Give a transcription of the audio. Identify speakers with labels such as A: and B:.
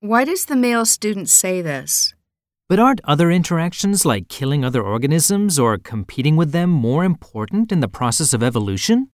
A: Why does the male student say this?
B: But aren't other interactions like killing other organisms or competing with them more important in the process of evolution?